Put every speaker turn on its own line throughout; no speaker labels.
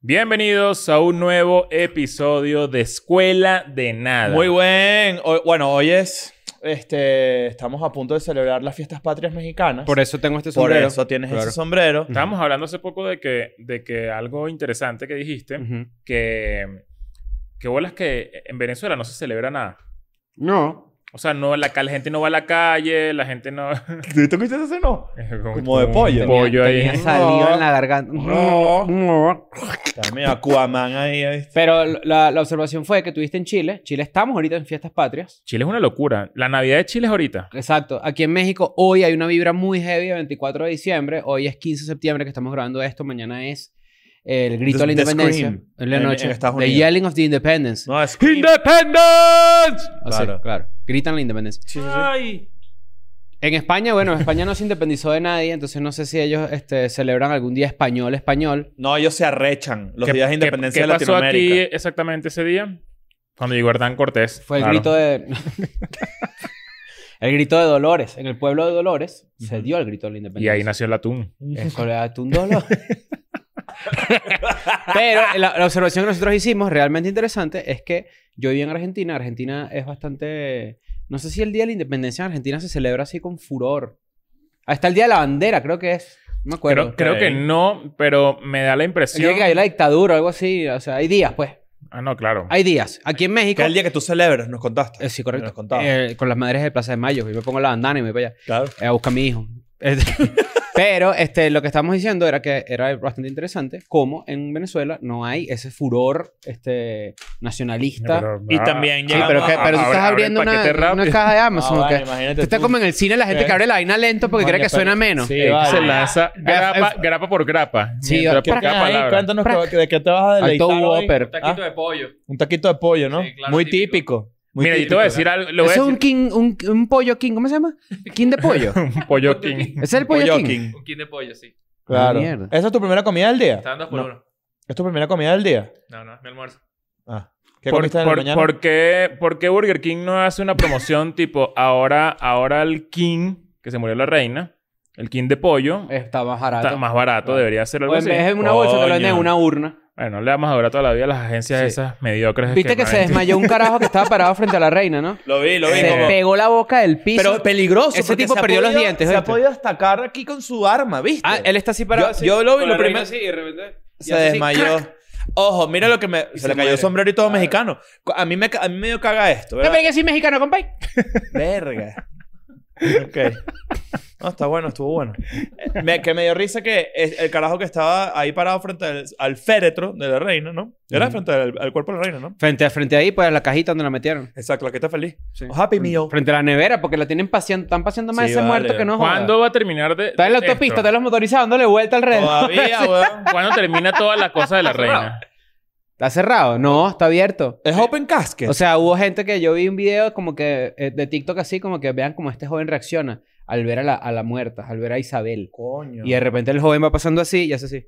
Bienvenidos a un nuevo episodio de Escuela de Nada.
Muy buen. Hoy- bueno, hoy es. Este, estamos a punto de celebrar las fiestas patrias mexicanas.
Por eso tengo este
Por
sombrero.
eso tienes
Claro.
ese sombrero.
Estábamos hablando hace poco de que, de que algo interesante que dijiste,
Ujú.
que, que bolas que en Venezuela no se celebra nada.
No.
O sea, no, la, ca- la gente no va a la calle, la gente no...
¿Tú te escuchaste ese no?
como,
Como de
un
pollo.
pollo ahí.
Tenía saliva en la garganta.
No. Dame Aquaman ahí. ahí.
Pero la, la observación fue que tuviste en Chile. Chile estamos ahorita en fiestas patrias.
Chile es una locura. La Navidad de Chile es ahorita.
Exacto. Aquí en México hoy hay una vibra muy heavy, el 24 de diciembre. Hoy es 15 de septiembre que estamos grabando esto. Mañana es el grito
The-
de la
the
independencia.
scream.
en la
En-
noche.
en Estados
The
Unidos.
yelling of the independence.
No, es.
¡Independence!
O sea,
claro.
claro. Gritan la independencia.
Sí, sí, sí.
¡Ay!
En España, bueno, España no se independizó de nadie. Entonces no sé si ellos este, celebran algún día español, español.
No, ellos se arrechan los días de independencia
¿qué,
de
pasó aquí
Latinoamérica.
exactamente ese día? Cuando llegó Hernán Cortés.
Fue el
Claro.
grito de. el grito de Dolores. En el pueblo de Dolores se
Ujú.
dio el grito de la
Y ahí
independencia.
nació el atún.
Eso le da un dolor. Pero la, la observación que nosotros hicimos, realmente interesante, es que yo viví en Argentina. Argentina es bastante. No sé si el Día de la Independencia en Argentina se celebra así con furor. Hasta el Día de la Bandera, creo que es. No me acuerdo.
creo, creo
ok.
que no, pero me da la
Creo
impresión...
que hay la dictadura o algo así. O sea, hay días, pues.
Ah, no, claro.
Hay días. Aquí en
Que
México.
es el día que tú celebras, nos contaste.
Eh, sí, correcto.
Nos contabas.
Eh, con las madres de Plaza de Mayo. Yo me pongo la bandana y me voy para allá.
claro.
eh, a buscar a mi hijo. Este, Pero este, lo que estábamos diciendo era que era bastante interesante cómo en Venezuela no hay ese furor este, nacionalista.
ah,
Y también
Sí,
llegamos
pero, que- pero tú estás abriendo una, una caja de Amazon.
Ah,
¿o qué?
vale, imagínate
Tú estás
tú.
como en el cine la gente
Eh.
que abre la vaina lento porque cree
Coño,
que suena
pero-
menos.
Sí,
Eh,
vale.
Se lanza grapa,
F-
grapa por grapa.
Sí,
mientras
¿qué-
pues por ¿eh? cada
Ay,
palabra.
cuéntanos
Prac.
que- de qué te vas a
Alto
deleitar hoy.
Whopper.
Ah.
Taquito de pollo.
Un taquito de pollo, ¿no?
Sí, claro,
Muy
típico.
típico. Muy
Mira, yo te voy a decir algo. le voy a
Eso es un,
decir-
king, un, un pollo king. ¿Cómo se llama? King de pollo. Ese
un pollo king.
es el pollo, king.
King.
Un kit de pollo, sí.
Claro.
Ah, mierda.
¿Esa es tu primera comida del día?
Estaban dos por
No.
uno.
¿Es tu primera comida del día?
No, no, es mi almuerzo.
Ah. ¿Qué
Por-
comiste en la
por-
mañana?
¿por qué, por qué Burger King no hace una promoción tipo ahora, ahora el king, que se murió la reina, el king de pollo,
Está más barato.
está más barato, Pues
Claro.
debería ser algo
o en
así?
vez de una bolsa te lo venden en
Coño.
una urna.
Bueno, le vamos a durar toda la vida a las agencias
Sí.
esas mediocres.
Viste que se
realmente-
desmayó un carajo que estaba parado frente a la reina, ¿no?
Lo vi, lo vi.
Se
como-
Eh, pegó la boca del piso.
Eh, Pero peligroso.
Ese
porque
tipo
se ha
perdió los
podido-
dientes,
Se ha
¿viste?
podido destacar aquí con su arma, ¿viste?
Ah, él está así parado.
Yo-
así.
yo lo vi,
Con
lo
la
primero-
reina así.
Sí, de repente.
se desmayó. Ojo, mira lo que me... Se,
se
le cayó
muere.
el sombrero y todo mexicano. Cu- A mí me, ca- a mí me dio caga esto,
No
¿verdad?
pero que soy mexicano, compay.
Verga. ok. No, está bueno, estuvo bueno. Eh, Me, que me dio risa que es- el carajo que estaba ahí parado frente al, al féretro de la reina, ¿no? Era
Ujú.
frente al, al cuerpo de la reina, ¿no?
Frente a frente ahí, pues a la cajita donde la metieron.
Exacto, la que está feliz.
Sí.
Oh, Happy Meal.
Frente a la nevera, porque la tienen paseando, están paseando más
Sí,
ese
vale.
muerto que no joda.
¿Cuándo va a terminar de.?
Está en la
esto?
autopista, están los motorizados dándole vuelta alrededor.
Todavía, weón.
¿Cuándo termina toda la cosa de la reina?
¿Está cerrado? No, está abierto.
Es Open Casket.
O sea, hubo gente que yo vi un video como que eh, de TikTok así, como que vean cómo este joven reacciona al ver a la, a la muerta, al ver a Isabel.
coño.
Y de repente el joven va pasando así y hace así.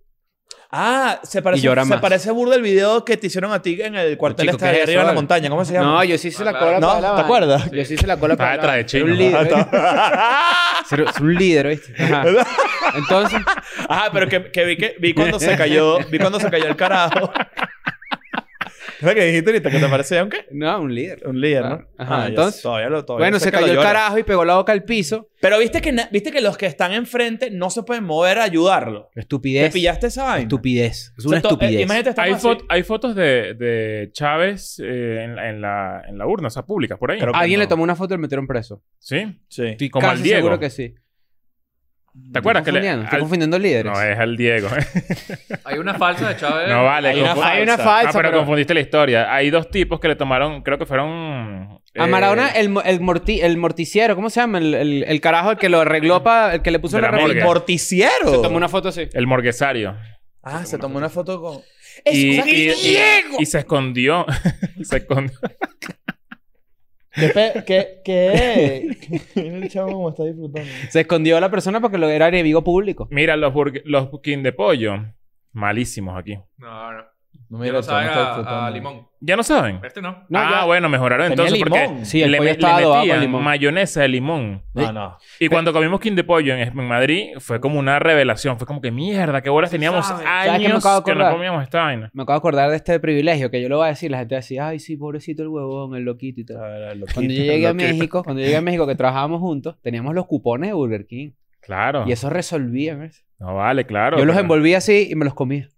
Ah, se parece,
Y llora
se
más.
parece burda el video que te hicieron a ti en el cuartel
Chico,
este
¿qué
de
es
arriba
eso,
en la
vale?
montaña. ¿Cómo se
No,
llama? Ah,
yo sí hice la
Claro.
cola
No,
para la
¿te
vaina.
acuerdas?
Yo sí hice la cola
Estaba
para la
detrás de
vaina.
Chino.
Era un líder. ¿viste?
ah,
Ser- Es un líder, ¿viste? Ajá. Entonces,
Ah, pero que, que vi que vi cuando se cayó, vi cuando se cayó el carajo. ¿Qué que dijiste ahorita? ¿Que te parecía un qué?
no, un líder.
Un líder, ¿no?
Claro. Ah, Ajá,
yo
entonces-
Todavía lo, todavía
Bueno,
sé
se
que lo
cayó el
llora.
carajo y pegó la boca al piso.
Pero viste que, na- viste que los que están enfrente no se pueden mover a ayudarlo. ¿Te
Estupidez.
pillaste esa vaina?
Estupidez. Es
O sea,
una
to- eh,
estupidez.
imagínate,
Hay,
estamos
fo-
así.
hay fotos de, de Chávez eh, en, la- en la, en la urna, o sea, públicas, por ahí.
Creo que-
Alguien
no.
le tomó una foto y lo metieron preso.
Sí.
Sí.
Estoy
Como al
casi
Diego.
seguro que sí.
¿Te acuerdas que
Estoy
le-
confundiendo, estoy
al-
confundiendo líderes.
No, es al Diego. ¿eh?
Hay una falsa de Chávez.
No vale.
Hay una
confu-
falsa.
Hay una
Ah,
falsa,
pero,
pero...
confundiste la historia. Hay dos tipos que le tomaron, creo que fueron.
A
eh,
Maradona, el, mo- el, morti- el morticiero, ¿cómo se llama? El, el, el carajo, el que lo arregló para... El que le puso
De
la
la
remera.
morgue.
El morticiero.
Se tomó una foto así.
El morguesario.
Ah, se tomó una foto con...
Y,
un
y- y-
griego!
y se escondió. se escondió.
¿Qué? pe- ¿Qué? ¿Qué? Mira el chavo cómo está disfrutando.
Se escondió la persona porque lo era enemigo público.
Mira, los, burgue- los king de pollo. Malísimos aquí.
No, no.
No
Ya
me
lo
digas,
sabe
no está
a- a,
disfrutando.
limón.
Ya no saben.
Este no.
No,
ah,
ya-
bueno, mejoraron
Tenía
entonces porque
limón.
Sí, el
le,
pollo
me-
estaba
le
adobado con
metían
limón.
mayonesa de limón.
No, no.
Y cuando comimos King de Pollo en, en Madrid fue como una revelación. Fue como que mierda, qué bolas teníamos
sabe.
¿Sabes qué me
años
acabo de
que no
acordar?
comíamos esta vaina.
Me acabo de acordar de este privilegio que yo lo voy a decir. La gente va a decir, ay, sí, pobrecito el huevón, el loquito y
A
tal.
ver, a ver, lo
Cuando yo
quito.
llegué a
Loquito.
México, cuando yo llegué a México que trabajábamos juntos, teníamos los cupones de Burger King.
Claro.
Y eso resolvía, ¿ves?
No vale, Ah. claro.
Yo los
pero-
envolvía así y me los comía.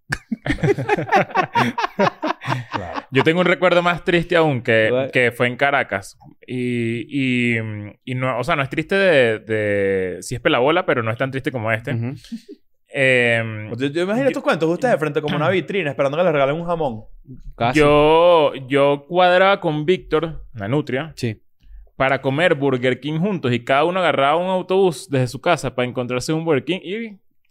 Claro.
Yo tengo un recuerdo más triste aún que,
Igual.
que fue en Caracas. Y, y, y no, o sea, no es triste de, de. Sí es pelabola, pero no es tan triste como este.
Ujú. Pues,
Eh,
Yo, yo Mm. imagino estos cuentos ustedes de frente como una vitrina esperando que les regalen un jamón.
Casi.
yo, yo cuadraba con Víctor, la nutria,
Sí.
para comer Burger King juntos. Y cada uno agarraba un autobús desde su casa para encontrarse un Burger King y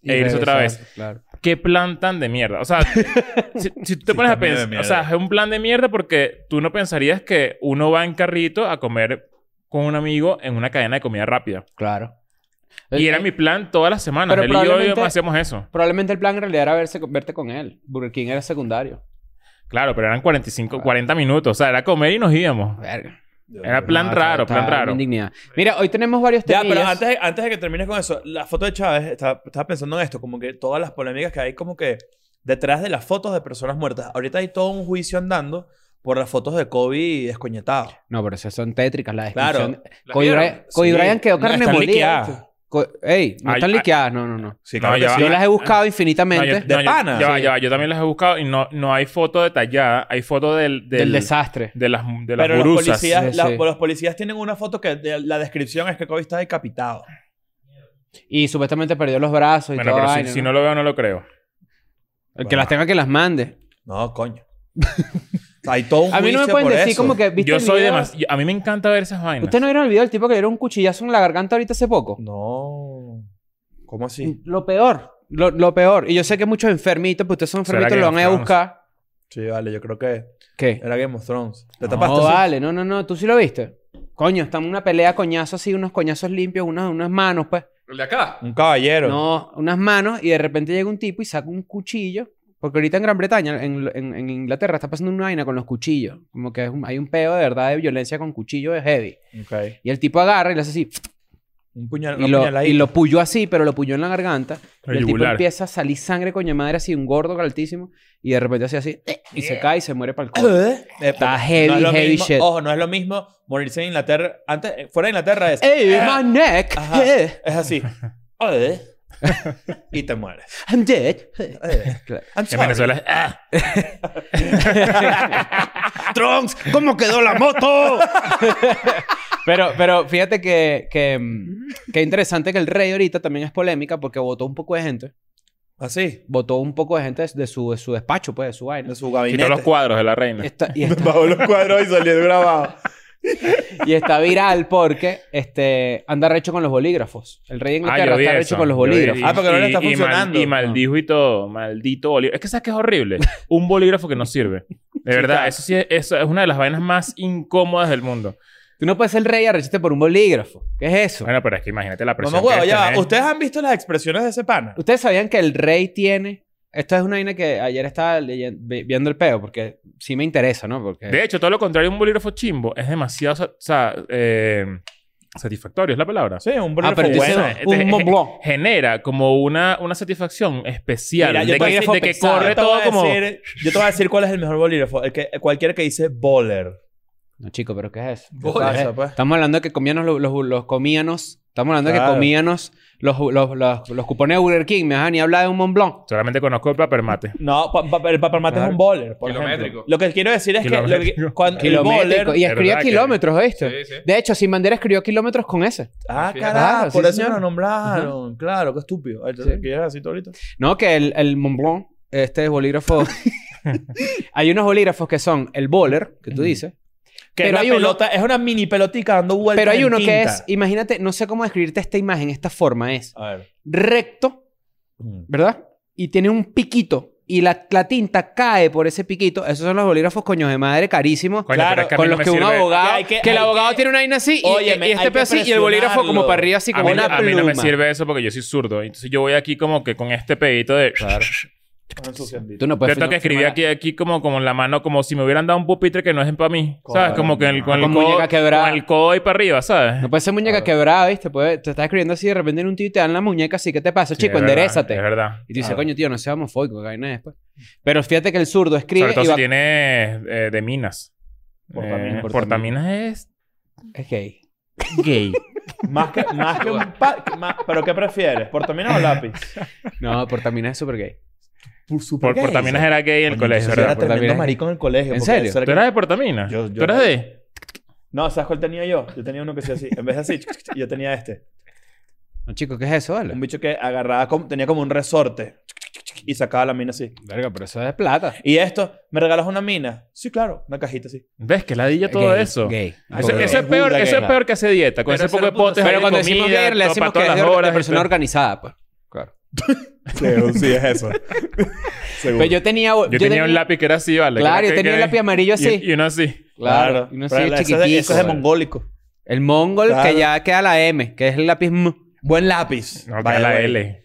Y
e irse otra
regresar, Claro.
¿Qué plan tan de mierda? O sea, si, si tú te pones a
está medio
pensar,
de
o
mierda.
sea, es un plan de mierda porque tú no pensarías que uno va en carrito a comer con un amigo en una cadena de comida rápida.
Claro.
Y era mi plan todas las semanas.
Eh, Pero
Él y yo
probablemente-
hacíamos eso.
Probablemente el plan en realidad era verse, verte con él. Burger King era secundario.
Claro, pero eran 45,
Claro.
40 minutos. O sea, era comer y nos íbamos.
Verga.
Era plan
No,
raro,
está-
plan
está
raro.
mi indignidad. Mira, hoy tenemos varios
Ya,
temas.
pero antes, antes de que termines con eso, la foto de Chávez, estaba, estaba pensando en esto, como que todas las polémicas que hay como que detrás de las fotos de personas muertas. Ahorita hay todo un juicio andando por las fotos de Kobe descoñetado.
No, pero esas son tétricas las
Claro.
descripciones.
¿Las
Kobe,
vieron?
Bryant- Kobe
Sí.
Bryant quedó
No,
carne
están
molida.
liqueadas.
Co- Ey, no
Ay,
están
ay.
liqueadas. No, no, no.
Sí,
claro que sí.
Yo las he buscado
yo-
infinitamente.
De
yo-
pana.
Ya, va,
Sí.
ya, va. yo también las he buscado y no, no hay foto detallada. Hay foto del, del,
del desastre.
de las, de las
Pero los
burusas.
policías,
Sí,
la-
sí.
los policías tienen una foto que de- la descripción es que Kobe está decapitado.
Y supuestamente perdió los brazos y
Bueno,
toda
pero si,
vaina,
si no
¿no?
lo veo, no lo creo.
El que las tenga que las mande.
No, coño. Hay todo un
A mí no me
juicio
pueden
por
decir
eso.
como que viste
Yo
el
soy
video?
demasiado... A mí me encanta ver esas vainas.
¿Ustedes no vieron el video del tipo que le dieron un cuchillazo en la garganta ahorita hace poco?
No. ¿Cómo así?
Lo peor. Lo, lo peor. Y yo sé que muchos enfermitos, pues ustedes son
¿Será
enfermitos, lo
Game
van a ir a
of
buscar.
Sí, vale, yo creo que
¿Qué?
era Game of Thrones. Eh, ¿Te
No,
tapaste?
No,
así?
vale. No, no, no. ¿Tú sí lo viste? Coño, están en una pelea a coñazos así, unos coñazos limpios, unas, unas manos, pues.
El de acá.
Un caballero.
No, unas manos y de repente llega un tipo y saca un cuchillo. Porque ahorita en Gran Bretaña, en, en- en Inglaterra, está pasando una vaina con los cuchillos. Como que es un- hay un peo de verdad de violencia con cuchillo de heavy.
Ok.
Y el tipo agarra y le hace así.
Un puñal,
Y
una
lo,
puñaladita.
y lo puyó así, pero lo puyó en la garganta. Y el tipo
Yugular.
empieza a salir sangre, coño de madre, así, un gordo altísimo. Y de repente hace así. Y se cae y se muere para el culo.
Eh,
Está
no
heavy,
es lo
heavy
mismo-
shit.
Ojo, no es lo mismo morirse en Inglaterra. Antes, eh, fuera de Inglaterra es.
¡Ey,
eh,
my neck!
Ajá.
eh,
Es así. Eh. y te mueres.
I'm dead. eh.
Eh.
Claro.
I'm
En
sorry.
Venezuela es... ¡Ah!
Trunks, ¿cómo quedó la moto? pero, pero fíjate que, que, mm, que interesante que el rey ahorita también es polémica porque votó un poco de gente.
Así.
Votó un poco de gente de su, de su despacho, pues, de su vaina.
De su
Quitó
gabinete.
los cuadros de la reina.
Está- y, está,
Bajo los cuadros y salió grabado.
y está viral porque este, anda recho con los bolígrafos. El rey de
Ah, yo
Inglaterra
vi
está
eso.
recho con los
Yo vi-
bolígrafos.
y-
Ah, porque ahora
y-
está
y mal-
funcionando.
Y, maldijo y todo. Maldito bolígrafo. Es que sabes que es horrible. Un bolígrafo que no sirve. De verdad, eso sí es, eso es una de las vainas más incómodas del mundo.
Tú no puedes ser rey y arrecharte por un bolígrafo. ¿Qué es eso?
Bueno, pero es que imagínate la presión.
Mamá huevo,
que
ya. va.
tenés.
¿Ustedes han visto las expresiones de ese pana?
Ustedes sabían que el rey tiene. Esto es una vaina que ayer estaba leyen- vi- viendo el peo, porque sí me interesa, ¿no? Porque...
De hecho, todo lo contrario, un bolígrafo chimbo es demasiado sa- sa- eh, satisfactorio, es la palabra.
Sí, un
Ah,
bolígrafo
pero
bueno.
entonces, un
Te-
Montblanc.
genera como una, una satisfacción especial
Mira, yo
de,
te voy
que,
a decir-
de que
pesado.
corre
Yo te
todo
voy a
como...
decir- yo te voy a decir cuál es el mejor bolígrafo. El que, cualquiera que dice bowler.
No, chico, pero ¿qué es eso?
¿Qué pasa, pues?
Estamos hablando de que comíanos los, los, los comíanos. Estamos hablando de que
Claro.
comíanos los, los, los, los cupones de Burger King. Me dejan ni hablar de un Montblanc.
Solamente conozco el papermate.
No, pa- pa- el papamate es
Claro.
un bowler. Por ejemplo.
Kilométrico.
Lo que quiero decir es que, lo que-
Kilométrico.
cuando el
Kilométrico.
bowler.
Y
Es
escribía
verdad que-
kilómetros, ¿oíste?
Sí, sí.
De hecho, Sin Bandera escribió kilómetros con ese.
Ah,
Fíjate.
carajo,
Claro,
por
sí,
eso
señor.
no lo nombraron. Claro, qué estúpido. Entonces,
Sí.
¿qué es así tú ahorita?
No, que el, el Montblanc, este es bolígrafo. hay unos bolígrafos que son el bowler, que tú dices.
Que
Pero
es,
hay
una
uno-
pelota, es una mini pelotica dando vueltas.
Pero hay
en
uno que
tinta.
es, imagínate, no sé cómo describirte esta imagen, esta forma es
A ver.
recto,
Mm.
¿verdad? Y tiene un piquito y la, la tinta cae por ese piquito. Esos son los bolígrafos coños de madre carísimos.
Coño,
Claro,
pero es que a mí
con
no
los
me
que un
sirve-
Que
abogado,
hay
que,
que-
el
hay
abogado
que-
tiene una vaina así y- y,
Óyeme,
y este
hay que
peo así y el
presionarlo.
bolígrafo como para arriba así
A
como
mí,
una
a mí
pluma.
no me sirve eso porque yo soy zurdo. Entonces yo voy aquí como que con este pedito de...
Están ensuciando.
Tú pues, no puedes
Yo tengo que escribir
firmar-
aquí, aquí como, como en la mano, como si me hubieran dado un pupitre que no es para mí. ¿Sabes?
Coño.
Como que el- con, el
Con
codo,
muñeca quebrada.
con el codo ahí para arriba, ¿sabes?
No pues, puede ser muñeca quebrada, ¿viste? Puede- te estás escribiendo así de repente en un tío y te dan la muñeca así. ¿Qué te pasa,
Sí,
chico?
es verdad,
enderezate.
Es verdad.
Y tú dices,
Claro.
coño, tío, no seas homofóbico, que vaina después. Pero fíjate que el zurdo
Sobre
escribe
todo
y
si
va...
tiene eh, de minas.
Portaminas.
Eh, portaminas es
Es gay.
gay.
Más que, más que un pack. más- ¿Pero qué prefieres? ¿Portamina o lápiz?
No, portamina es súper gay.
Por, portaminas era gay en el colegio,
Yo era
¿verdad?
portamina
tremendo
es-
marico en el colegio.
¿En
porque
serio?
eso era
¿Tú
que-
eras de portamina?
Yo- yo
¿Tú eras
era-
de...?
No, ¿sabes cuál tenía yo? Yo tenía uno que hacía así. En vez de así, yo tenía este.
No, chico, ¿qué es eso, vale?
Un bicho que agarraba, como- tenía como un resorte. Y sacaba la mina así.
Verga, pero eso es de plata.
Y esto, ¿me regalas una mina? Sí, claro, una cajita así.
¿Ves que ladilla todo
Gay,
eso?
Gay.
Ah,
Eso,
Porque
eso es
es
peor,
burda
eso es
gay.
peor que hacer dieta. Con
Pero
ese poco de
0.0
potes ahí
Pero
de
cuando
comida,
decimos gay, le
todo para
decimos que
todas
es de,
las
de
horas,
persona
entonces-
organizada, pues. Claro.
Sí, sí, es eso. Seguro.
Pero yo tenía...
Yo, tenía un lápiz que era así, ¿vale?
Claro,
Que-
yo
que-
tenía un
que-
lápiz amarillo así.
Y, y uno así.
Claro. Y no
Pero
sé,
la- eso es de-
chiquitico.
Eso es de
vale.
mongólico.
El mongol
Claro.
que ya queda la M, que es el lápiz M.
Buen lápiz.
No,
Vaya,
que la
vaya.
L.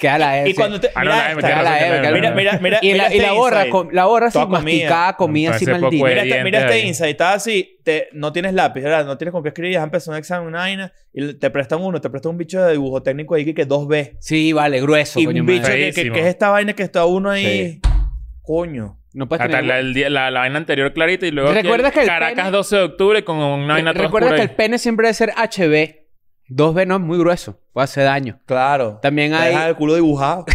Queda la M.
Y cuando te.
Ah, no,
mira
la M,
esta.
tiene
Queda la
razón,
M,
tiene
queda la
Mira,
razón.
M.
mira, mira.
Y la,
mira
y la
este
borra,
insight.
con- la borra así
Toda comida.
masticada, comida así
Entonces, poco
maldita.
de-
Mira este,
dientes
mira este
ahí.
insight. Estás así, te, no tienes lápiz, ¿verdad? No tienes con qué escribir. Has empezado un examen, una vaina, y te prestan uno, te prestan un bicho de dibujo técnico ahí que, que 2B.
Sí, vale, grueso,
y
coño
un
madre.
bicho que, que,
Feísimo.
que es esta vaina que está uno ahí. Coño.
No puedes
Hasta
tener...
la, el día- la, la vaina anterior clarita y luego aquí
¿Recuerdas
el
que el
Caracas
pene-
12 de octubre con una vaina toda
Recuerda
oscura
que
ahí.
el pene siempre debe ser HB. 2B no es muy grueso, puede hacer daño.
Claro.
También
Te
hay
dejan el culo dibujado.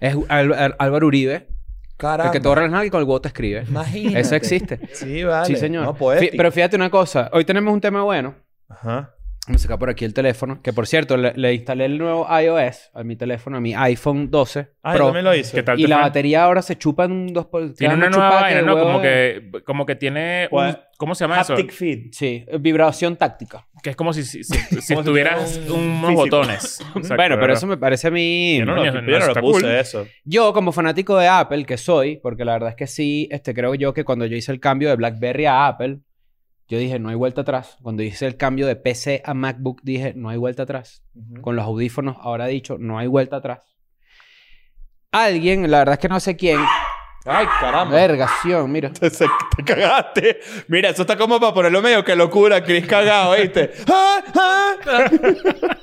es Al- Al- Álvaro Uribe, el
Caramba.
que torre el nalga y con el huevo te escribe.
Imagínate.
Eso existe.
Sí, vale.
Sí, señor.
No,
Fí-
poético.
pero fíjate una cosa, hoy tenemos un tema bueno.
Ajá.
Vamos a sacar por aquí el teléfono, que por cierto le, le instalé el nuevo iOS a mi teléfono, a mi iPhone 12
Ah, yo
Pro.
también lo hice.
¿Qué tal
Y
te
la
fue?
batería ahora se chupa en un 2%.
Tiene una nueva vaina, ¿no? Como que, como que tiene un-
¿Cuál?
¿Cómo se llama eso?
Haptic feed.
Sí, eh, vibración táctica.
Que es como si, si, si- si
Como si
tuvieras
fuera un
unos
físico.
botones. Exacto,
bueno, pero
¿verdad?
eso me parece a
Yo
mí...
Yo no,
No,
lo-
no,
yo no
está
lo
cool.
puse eso.
Yo, como fanático de Apple, que soy, porque la verdad es que sí, este, creo yo que cuando yo hice el cambio de BlackBerry a Apple, yo dije, no hay vuelta atrás. Cuando hice el cambio de PC a MacBook, dije, no hay vuelta atrás. Con los audífonos, ahora dicho, no hay vuelta atrás. Alguien, la verdad es que no sé quién,
Ay, caramba.
vergación, mira.
Te, se- te cagaste. Mira, eso está como para ponerlo medio que locura, Chris cagado, ¿viste? ¡Ah! ¡Ah!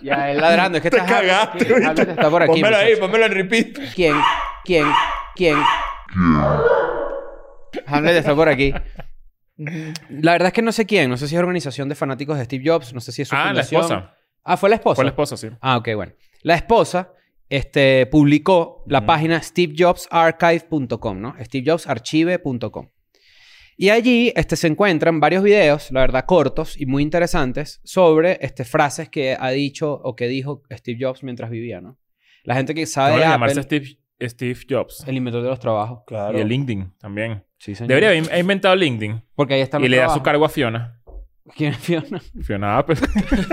Ya, él ladrando, es que
Te
estás-
cagaste,
Apple
¿viste?
está por aquí.
Pónmelo ahí,
muchacho.
pónmelo en repeat.
¿Quién? ¿Quién? ¿Quién? Hamlet está por aquí. La verdad es que no sé quién. No sé si es organización de fanáticos de Steve Jobs. No sé si es su
Ah, la
fundación.
esposa.
Ah, fue la esposa.
Fue la esposa, sí.
Ah, ok, bueno. La esposa este, publicó la página stevejobsarchive.com, ¿no? stevejobsarchive.com. Y allí este, se encuentran varios videos, la verdad, cortos y muy interesantes sobre este, frases que ha dicho o que dijo Steve Jobs mientras vivía, ¿no? La gente que sabe
Debería
de
llamarse
Apple,
Steve, Steve Jobs.
el inventor de los trabajos.
Claro.
Y el LinkedIn también.
Sí, señor.
Debería haber in- ha inventado LinkedIn.
Porque ahí están
Y
los
le da su
trabajos.
cargo a Fiona.
¿Quién es Fiona?
Fiona ah, pues. Apple.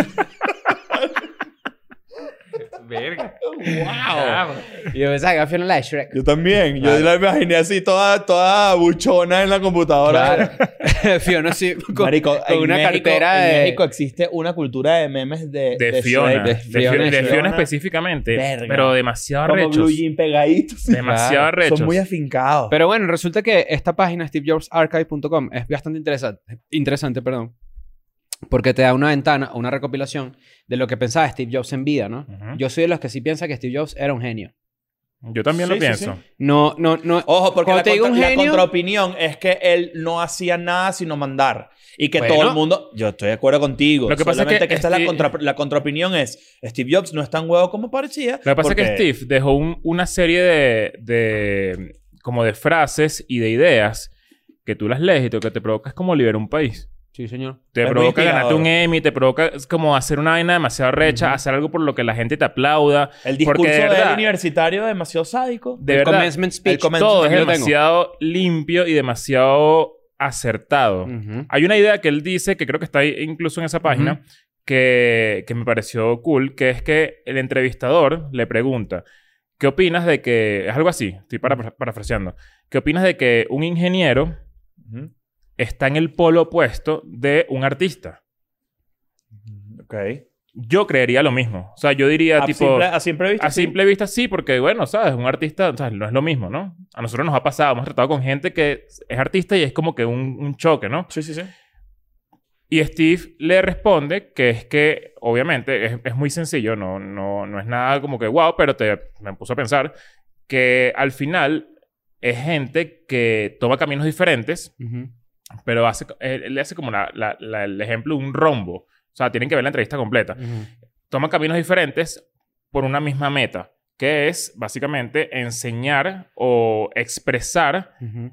Verga.
¡Wow!
Caramba.
Y yo pensaba que era Fiona la de Shrek.
Yo también.
Claro.
Yo la imaginé así, toda, toda buchona en la computadora.
Claro. Fiona sí, con,
Marico,
con
en
una
México-
cartera de...
En México existe una cultura de memes de...
De
Shrek.
Fiona. De
de
Fiona,
Fiona,
de Fiona
Fiona.
específicamente.
Verga.
Pero demasiado
Como blue
arrechos.
jean pegaditos.
Demasiado arrechos.
Son muy afincados.
Pero bueno, resulta que esta página, stevejobsarchive.com, es bastante interesante, interesante, perdón, porque te da una ventana, una recopilación de lo que pensaba Steve Jobs en vida, ¿no?
Ujú.
Yo soy de los que sí piensa que Steve Jobs era un genio.
Yo también
Sí,
lo
sí,
pienso.
No, no, no.
Ojo, porque
Cuando
la,
te digo
contra-
un
la
genio-
contraopinión es que él no hacía nada sino mandar. Y que
Bueno.
todo el mundo... Yo estoy de acuerdo contigo.
Lo que pasa es
Solamente
que
esta es la,
Steve-
contra, la contraopinión es Steve Jobs no es tan huevo como parecía.
Lo que pasa es
porque-
que Steve dejó un- una serie de, de- como de frases y de ideas que tú las lees y te- que te provoca es como liberar un país.
Sí, señor.
Te
Es muy
provoca ganarte
inspirador.
un Emmy, te provoca es como hacer una vaina demasiado recha,
Ujú.
hacer algo por lo que la gente te aplauda.
El discurso
Porque de
de
verdad-
él universitario es demasiado sádico.
De
El
verdad,
commencement speech.
el commencement-
todo es
Aquí lo tengo.
demasiado limpio y demasiado acertado.
Ujú.
Hay una idea que él dice, que creo que está ahí incluso en esa página, que, que me pareció cool, que es que el entrevistador le pregunta, ¿qué opinas de que, es algo así, estoy para- parafraseando, ¿qué opinas de que un ingeniero
Ujú.
está en el polo opuesto de un artista?
Ok.
yo creería lo mismo. O sea, yo diría,
A,
tipo...
simple, a simple vista.
A simple vista sí, porque bueno, sabes, un artista, o sea, no es lo mismo, ¿no? A nosotros nos ha pasado, hemos tratado con gente que es artista y es como que un, un choque, ¿no?
ah, Sí, sí, sí.
Y Steve le responde que es que, obviamente, es, es muy sencillo, no, no, no es nada como que wow, pero te, me puso a pensar que al final es gente que toma caminos diferentes,
Ujú.
pero hace, él, él le hace como la- la- la- el ejemplo un rombo. O sea, tienen que ver la entrevista completa
Ujú.
toma caminos diferentes por una misma meta, que es básicamente enseñar o expresar
Ujú.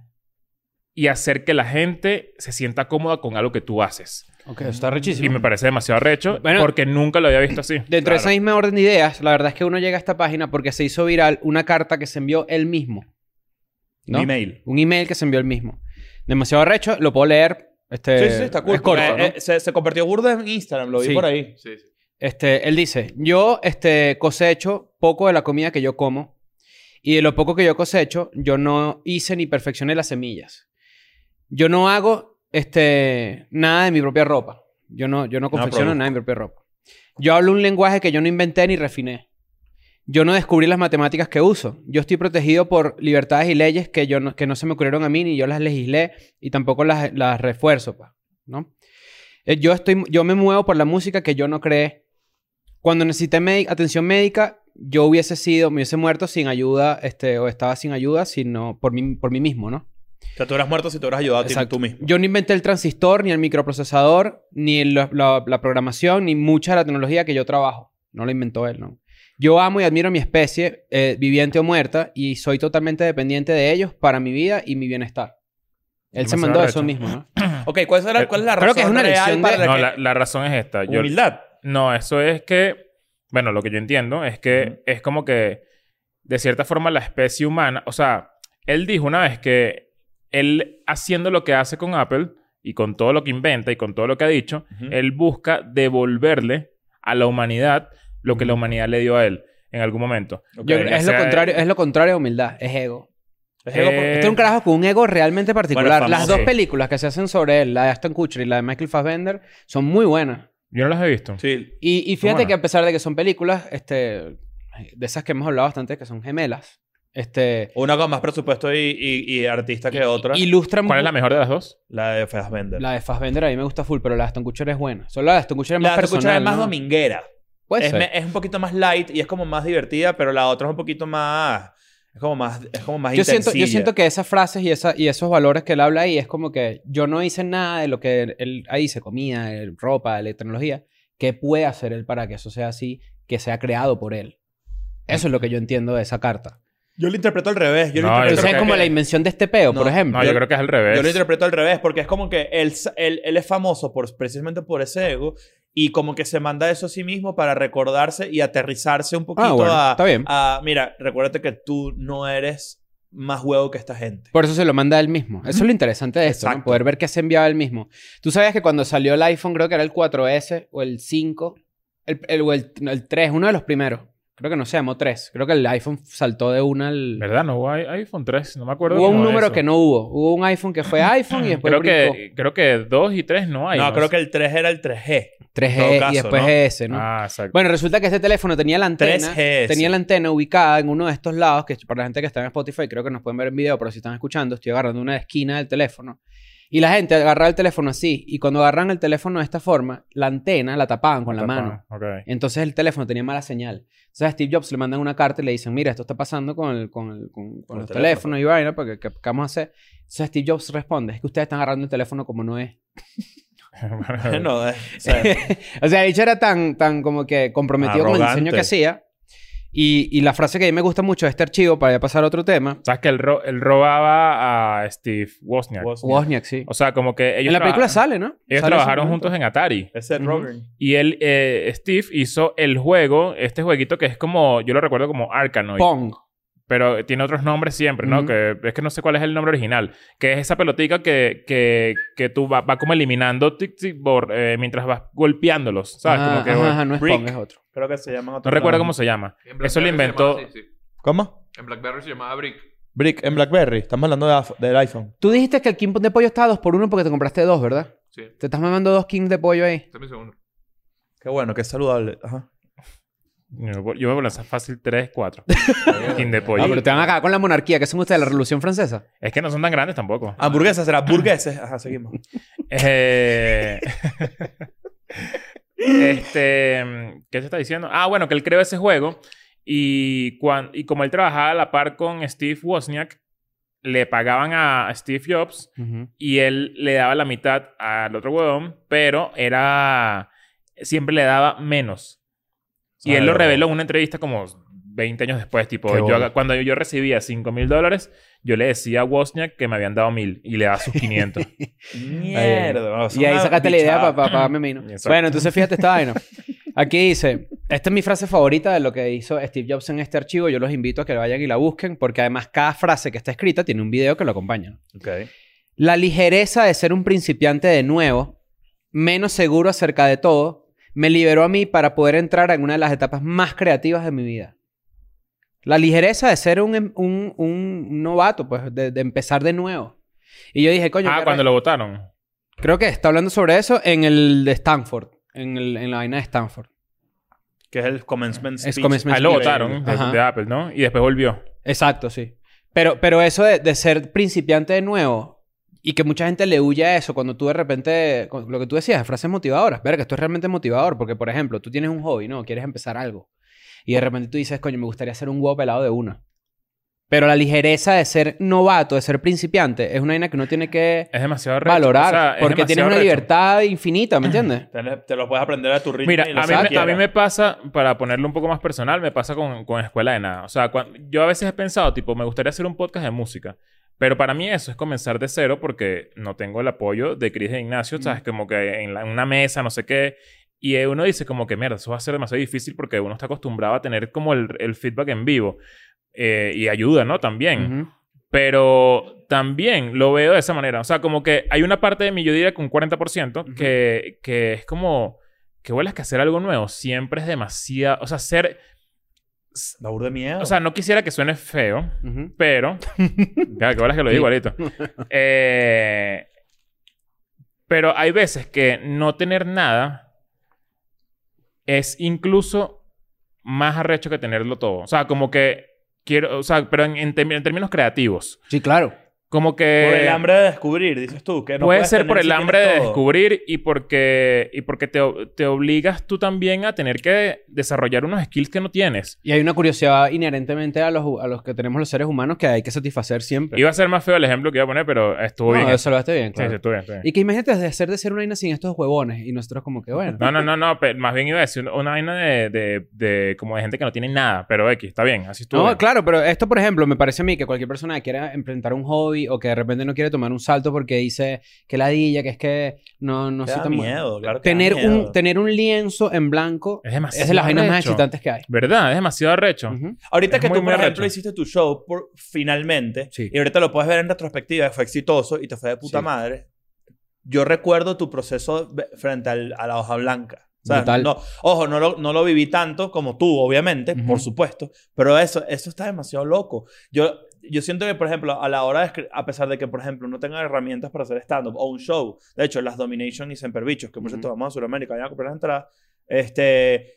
y hacer que la gente se sienta cómoda con algo que tú haces.
Ok, eso está
Y
rechísimo.
me parece demasiado recho
Bueno.
porque nunca lo había visto así.
Dentro de esa misma orden de ideas, la verdad es que uno llega a esta página porque se hizo viral una carta que se envió él mismo. ¿no?
Mi email.
Un email que se envió él mismo. Demasiado recho, lo puedo leer. Este,
Sí, sí, sí, está cool.
Es corto,
Eh,
¿no?
eh, se, se convirtió burda en Instagram, lo vi
Sí.
por ahí.
Sí, sí.
Este, él dice, yo este, cosecho poco de la comida que yo como y de lo poco que yo cosecho, yo no hice ni perfeccioné las semillas. Yo no hago este, nada de mi propia ropa. Yo no, yo no confecciono
produzco.
nada de mi propia ropa. Yo hablo un lenguaje que yo no inventé ni refiné. Yo no descubrí las matemáticas que uso. Yo estoy protegido por libertades y leyes que, yo no, que no se me ocurrieron a mí ni yo las legislé y tampoco las, las refuerzo, pa, ¿no? Eh, Yo, estoy, yo me muevo por la música que yo no creé. Cuando necesité medi- atención médica, yo hubiese sido, me hubiese muerto sin ayuda, este, o estaba sin ayuda, sino por mí, por mí mismo, ¿no?
O sea, tú eras muerto si te hubieras ayudado a ti
Exacto.
tú mismo.
Yo no inventé el transistor, ni el microprocesador, ni el- la, la- la programación, ni mucha de la tecnología que yo trabajo. No la inventó él, ¿no? Yo amo y admiro a mi especie, eh, viviente o muerta, y soy totalmente dependiente de ellos para mi vida y mi bienestar. Él se
Demasiado
mandó
arrecho.
eso mismo, ¿no?
Ok, ¿cuál, será, ¿cuál Eh, es la razón
Creo que es una
real
elección
para
de-
No,
que-
la, la razón es esta. Yo-
Humildad.
no, eso es que, bueno, lo que yo entiendo es que
Ujú.
es como que, de cierta forma, la especie humana, o sea, él dijo una vez que él haciendo lo que hace con Apple y con todo lo que inventa y con todo lo que ha dicho,
Ujú.
él busca devolverle a la humanidad lo que la humanidad le dio a él en algún momento.
Ok.
Yo creo-
Verga,
es, lo
sea,
contrario, es lo contrario a humildad, es ego.
Es algo por-
Eh,
Este es un carajo con un ego realmente particular.
Bueno,
Las
famoso.
dos
Sí.
películas que se hacen sobre él, la de Aston Kutcher y la de Michael Fassbender, son muy buenas.
Yo no las he visto.
Sí.
Y, y fíjate
buenas.
que a pesar de que son películas, este, de esas que hemos hablado bastante, que son gemelas, este,
Una con más presupuesto y, y- y artista que otra.
ilustran...
¿Cuál es la
mu-
mejor de las dos?
la de Fassbender.
La de Fassbender a mí me gusta full, pero la de Aston Kutcher es buena. Solo la de Aston Kutcher es
La
más
de escuchar
personal,
es más
¿no?
dominguera.
Puede
Es,
ser.
me- es un poquito más light y es como más divertida, pero la otra es un poquito más. Es como más. Es como más
Yo siento, yo
intensilla.
siento que esas frases y, esa, y esos valores que él habla ahí es como que yo no hice nada de lo que él, él ahí hice, comida, eh, ropa, eh, tecnología. ¿Qué puede hacer él para que eso sea así, que sea creado por él? Eso es lo que yo entiendo de esa carta.
Yo lo interpreto al revés. Yo lo
No, Ah, yo creo
interpreto-
Entonces es
que- eh,
como la invención de este peo, por
No,
ejemplo.
No, yo, creo que es al revés.
Yo lo interpreto al revés, porque es como que él, sa- él, él es famoso por, precisamente por ese ego y como que se manda eso a sí mismo para recordarse y aterrizarse un poquito
Ah, bueno,
a,
está bien.
a, Mira, recuérdate que tú no eres más huevo que esta gente.
Por eso se lo manda él mismo. Eso es lo interesante de esto, ¿no?
Exacto.
poder ver que se enviaba él mismo. Tú sabías que cuando salió el iPhone, creo que era el 4S o el 5, el, el- o el, no, el 3, uno de los primeros. Creo que no se llamó 3. Creo que el iPhone saltó de una al...
¿Verdad? No hubo i- iPhone 3. No me acuerdo.
Hubo un
de
número
eso.
que no hubo. Hubo un iPhone que fue iPhone y después
Creo
brincó.
que, creo que 2 y 3 no hay.
no, creo que el 3 era el 3G. en
3G
todo caso,
y después
¿no?
S, ¿no?
Ah, exacto.
Bueno, resulta que este teléfono tenía la antena.
3GS.
Tenía la antena ubicada en uno de estos lados, que para la gente que está en Spotify creo que nos pueden ver en video, pero si están escuchando, estoy agarrando una esquina del teléfono. Y la gente agarraba el teléfono así, y cuando agarran el teléfono de esta forma, la antena la tapaban con la
Tapado.
mano.
Ok.
Entonces el teléfono tenía mala señal. Entonces a Steve Jobs le mandan una carta y le dicen, mira, esto está pasando con, el- con, el- con- con
Con el
los
teléfono,
teléfonos y vaina, porque ¿qué, qué vamos a hacer? Entonces Steve Jobs responde, es que ustedes están agarrando el teléfono como no es.
no, eh, o sea,
o sea, el bicho era tan, tan como que comprometido con el diseño
Arrogante.
que hacía. Y, y la frase que a mí me gusta mucho de este archivo, para ya pasar a otro tema,
¿Sabes que él, ro- él robaba a Steve Wozniak?
Wozniak.
Wozniak, sí.
O sea, como que ellos.
en la
traba-
película sale, ¿no?
Ellos
Sale ese
trabajaron
momento.
juntos en Atari.
Ese es
Ujú.
Robin.
Y él, eh, Steve hizo el juego, este jueguito que es como, yo lo recuerdo como Arkanoid.
Pong.
Pero tiene otros nombres siempre, ¿no?
Ujú.
que, es que no sé cuál es el nombre original. Que es esa pelotica que, que, que tú vas va como eliminando tic, tic, bor- eh, mientras vas golpeándolos, ¿sabes?
Ah,
como que,
ajá,
bueno,
ajá, no es
Brick.
Pong, es otro.
Creo que se llaman otro
no recuerdo
nombre.
cómo se llama. Eso
En
lo
BlackBerry se llamaba
inventó...
así, sí.
¿Cómo?
En BlackBerry se llamaba Brick.
Brick en Blackberry. Estamos hablando de af- del iPhone.
Tú dijiste que el King de pollo estaba 2 por 1 porque te compraste dos, ¿verdad?
Sí.
Te estás mamando dos King de pollo ahí.
Dame un segundo.
Qué bueno, qué saludable. Ajá.
Yo voy- yo me voy a lanzar fácil 3, 4. King de
Ah,
pollo.
pero te van a cagar con la monarquía. ¿Qué son ustedes? ¿La Revolución Francesa?
Es que no son tan grandes tampoco.
Ah.
Hamburguesas, será hamburgueses. Ajá, seguimos.
Eh, este, mm, ¿qué se está diciendo? Ah, bueno, que él creó ese juego y, cuan- y como él trabajaba a la par con Steve Wozniak, le pagaban a a Steve Jobs y él le daba la mitad al otro huevón, pero era siempre le daba menos.
Ah,
Y él lo reveló en una entrevista como 20 años después, tipo,
Qué
yo-
bola.
cuando yo recibía 5 mil dólares, yo le decía a Wozniak que me habían dado mil y le daba sus 500.
Mm,
Mierda.
Y ahí sacaste la idea para pagarme mi, ¿no?
Exacto.
Bueno, entonces fíjate esta vaina. Aquí dice, esta es mi frase favorita de lo que hizo Steve Jobs en este archivo. Yo los invito a que vayan y la busquen porque además cada frase que está escrita tiene un video que lo acompaña.
Ok.
La ligereza de ser un principiante de nuevo, menos seguro acerca de todo, me liberó a mí para poder entrar en una de las etapas más creativas de mi vida. La ligereza de ser un, em- un- un novato, pues, de, de empezar de nuevo. Y yo dije, coño,
ah,
qué
cuando lo votaron.
Creo que está hablando sobre eso en el de Stanford. En, el- en la vaina de Stanford.
Que es el commencement
Es
speech.
commencement
Ahí Ah, lo
speech.
votaron de,
Ajá.
de Apple, ¿no? Y después volvió.
Exacto, sí. Pero, pero eso de, de ser principiante de nuevo y que mucha gente le huye a eso cuando tú de repente... con- Lo que tú decías, frases motivadoras. Verga, esto es realmente motivador. Porque, por ejemplo, tú tienes un hobby, ¿no? Quieres empezar algo. Y de repente tú dices, coño, me gustaría hacer un huevo pelado de una. Pero la ligereza de ser novato, de ser principiante, es una vaina que uno tiene que
Es demasiado recho.
valorar.
O sea, es
porque tienes
demasiado
una
recho.
libertad infinita, ¿me entiendes?
Tenés- Te lo puedes aprender a tu ritmo.
Mira,
y lo
a mí,
que
me, a
quieras.
mí me pasa, para ponerlo un poco más personal, me pasa con, con Escuela de Nada. O sea, cuan- yo a veces he pensado, tipo, me gustaría hacer un podcast de música. Pero para mí eso es comenzar de cero porque no tengo el apoyo de Cris e Ignacio,
Mm.
¿sabes? Como que en, la- en una mesa, no sé qué. Y eh, uno dice como que, mierda, eso va a ser demasiado difícil porque uno está acostumbrado a tener como el, el feedback en vivo. Eh, y ayuda, ¿no? También.
Ujú.
Pero también lo veo de esa manera. O sea, como que hay una parte de mí, yo diría que un 40%,
Ujú.
que, que es como... Que vuelas que hacer algo nuevo siempre es demasiado... O sea, ser...
Da burda de miedo.
O sea, no quisiera que suene feo,
Ujú.
pero... ya, que bolas que lo digo igualito. Eh, pero hay veces que no tener nada es incluso más arrecho que tenerlo todo. O sea, como que quiero... O sea, pero en, en tem- en términos creativos.
Sí, claro.
Como que...
por el hambre de descubrir, dices tú. Que no
eh, Puede
puedes
ser
tener
por
si
el
tienes
hambre de
todo.
descubrir y porque, y porque te, o- te obligas tú también a tener que desarrollar unos skills que no tienes.
Y hay una curiosidad inherentemente a los, a los que tenemos los seres humanos que hay que satisfacer siempre.
Iba a ser más feo el ejemplo que iba a poner, pero estuvo
no,
bien.
lo
Sí,
salvaste bien, claro.
sí, estuvo bien, estuvo bien.
Y que imagínate de hacer de ser una vaina sin estos huevones. Y nosotros como que, bueno.
No, no, no, no, pe- más bien iba a decir una- una vaina de, de- de- como de gente que no tiene nada, pero X, está bien, así estuvo.
No,
bien.
claro, pero esto, por ejemplo, me parece a mí que cualquier persona que quiera enfrentar un hobby o que de repente no quiere tomar un salto porque dice que ladilla, que es que no, no
Te
soy
da
tan bu-
miedo, claro que
Tener
da miedo.
un, tener un lienzo en blanco
Es demasiado
es de las vainas más
arrecho.
excitantes que hay.
¿Verdad? Es demasiado arrecho.
Ujú.
Ahorita
es
que
muy,
tú,
muy
por ejemplo,
arrecho.
hiciste tu show por, finalmente,
Sí.
y ahorita lo puedes ver en retrospectiva, fue exitoso y te fue de puta
Sí.
madre. Yo recuerdo tu proceso ve- frente al- a la hoja blanca. O sea,
Brutal.
no, ojo, no lo, no lo viví tanto como tú, obviamente,
Ujú.
por supuesto, pero eso, eso está demasiado loco. Yo, yo siento que, por ejemplo, a la hora de escri- a pesar de que, por ejemplo, no tenga herramientas para hacer stand-up o un show, de hecho, las Domination y Semper Bichos, que por
Ujú.
cierto vamos a Sudamérica, vayan a comprar las entradas, este, eh,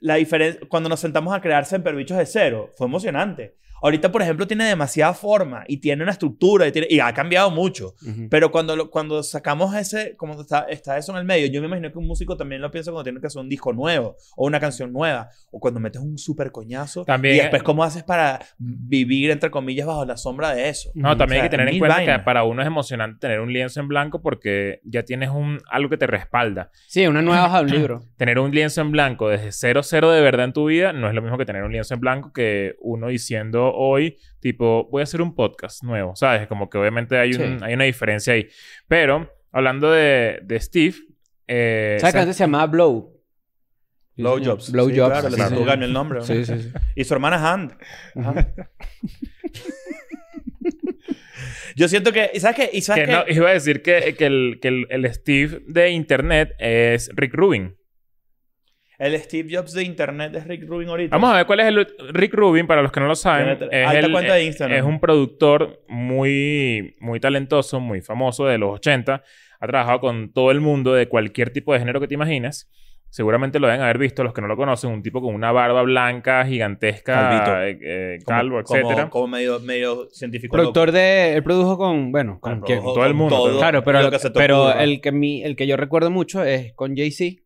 la diferencia, cuando nos sentamos a crear Semper Bichos de cero, fue emocionante. Ahorita, por ejemplo, tiene demasiada forma y tiene una estructura y, tiene- y ha cambiado mucho.
Ujú.
Pero cuando, lo- cuando sacamos ese, como está, está eso en el medio, yo me imagino que un músico también lo piensa cuando tiene que hacer un disco nuevo o una canción nueva o cuando metes un super coñazo.
También-
y después, ¿cómo haces para vivir, entre comillas, bajo la sombra de eso?
No, también
O sea,
hay que tener en
mil
cuenta
vainas.
que para uno es emocionante tener un lienzo en blanco porque ya tienes un, algo que te respalda.
Sí, una nueva hoja de un libro.
tener un lienzo en blanco desde cero cero de verdad en tu vida no es lo mismo que tener un lienzo en blanco que uno diciendo hoy, tipo, voy a hacer un podcast nuevo, ¿sabes? Como que obviamente hay, un-
Sí.
hay una diferencia ahí. Pero, hablando de, de Steve, eh,
¿Sabes que
¿sabes?
antes se llamaba Blow?
Blow Jobs.
Blow
Sí,
Jobs.
Claro,
sí,
le
sí.
tatuó Gabriel el nombre. ¿no?
Sí, sí, sí.
Y su hermana Hand. Yo siento que. ¿y ¿Sabes qué? ¿Y sabes
que
qué?
no, iba a decir que, que el, que el- el Steve de Internet es Rick Rubin.
El Steve Jobs de Internet es Rick Rubin ahorita.
Vamos a ver cuál es el Rick Rubin, para los que no lo saben.
Tiene
Es,
alta
el-
cuenta de Instagram.
es un productor muy, muy talentoso, muy famoso de los 80. Ha trabajado con todo el mundo de cualquier tipo de género que te imagines. Seguramente lo deben haber visto los que no lo conocen. Un tipo con una barba blanca, gigantesca,
Calvito.
eh, eh,
Como-
calvo,
como-
etcétera.
Como, medio, medio científico.
Productor de... Él produjo con... Bueno, con...
loco.
quien-
con todo el mundo, todo.
Claro, pero,
lo
lo-
que se te
pero
ocurra.
el, que mi, el que yo recuerdo mucho es con Jay-Z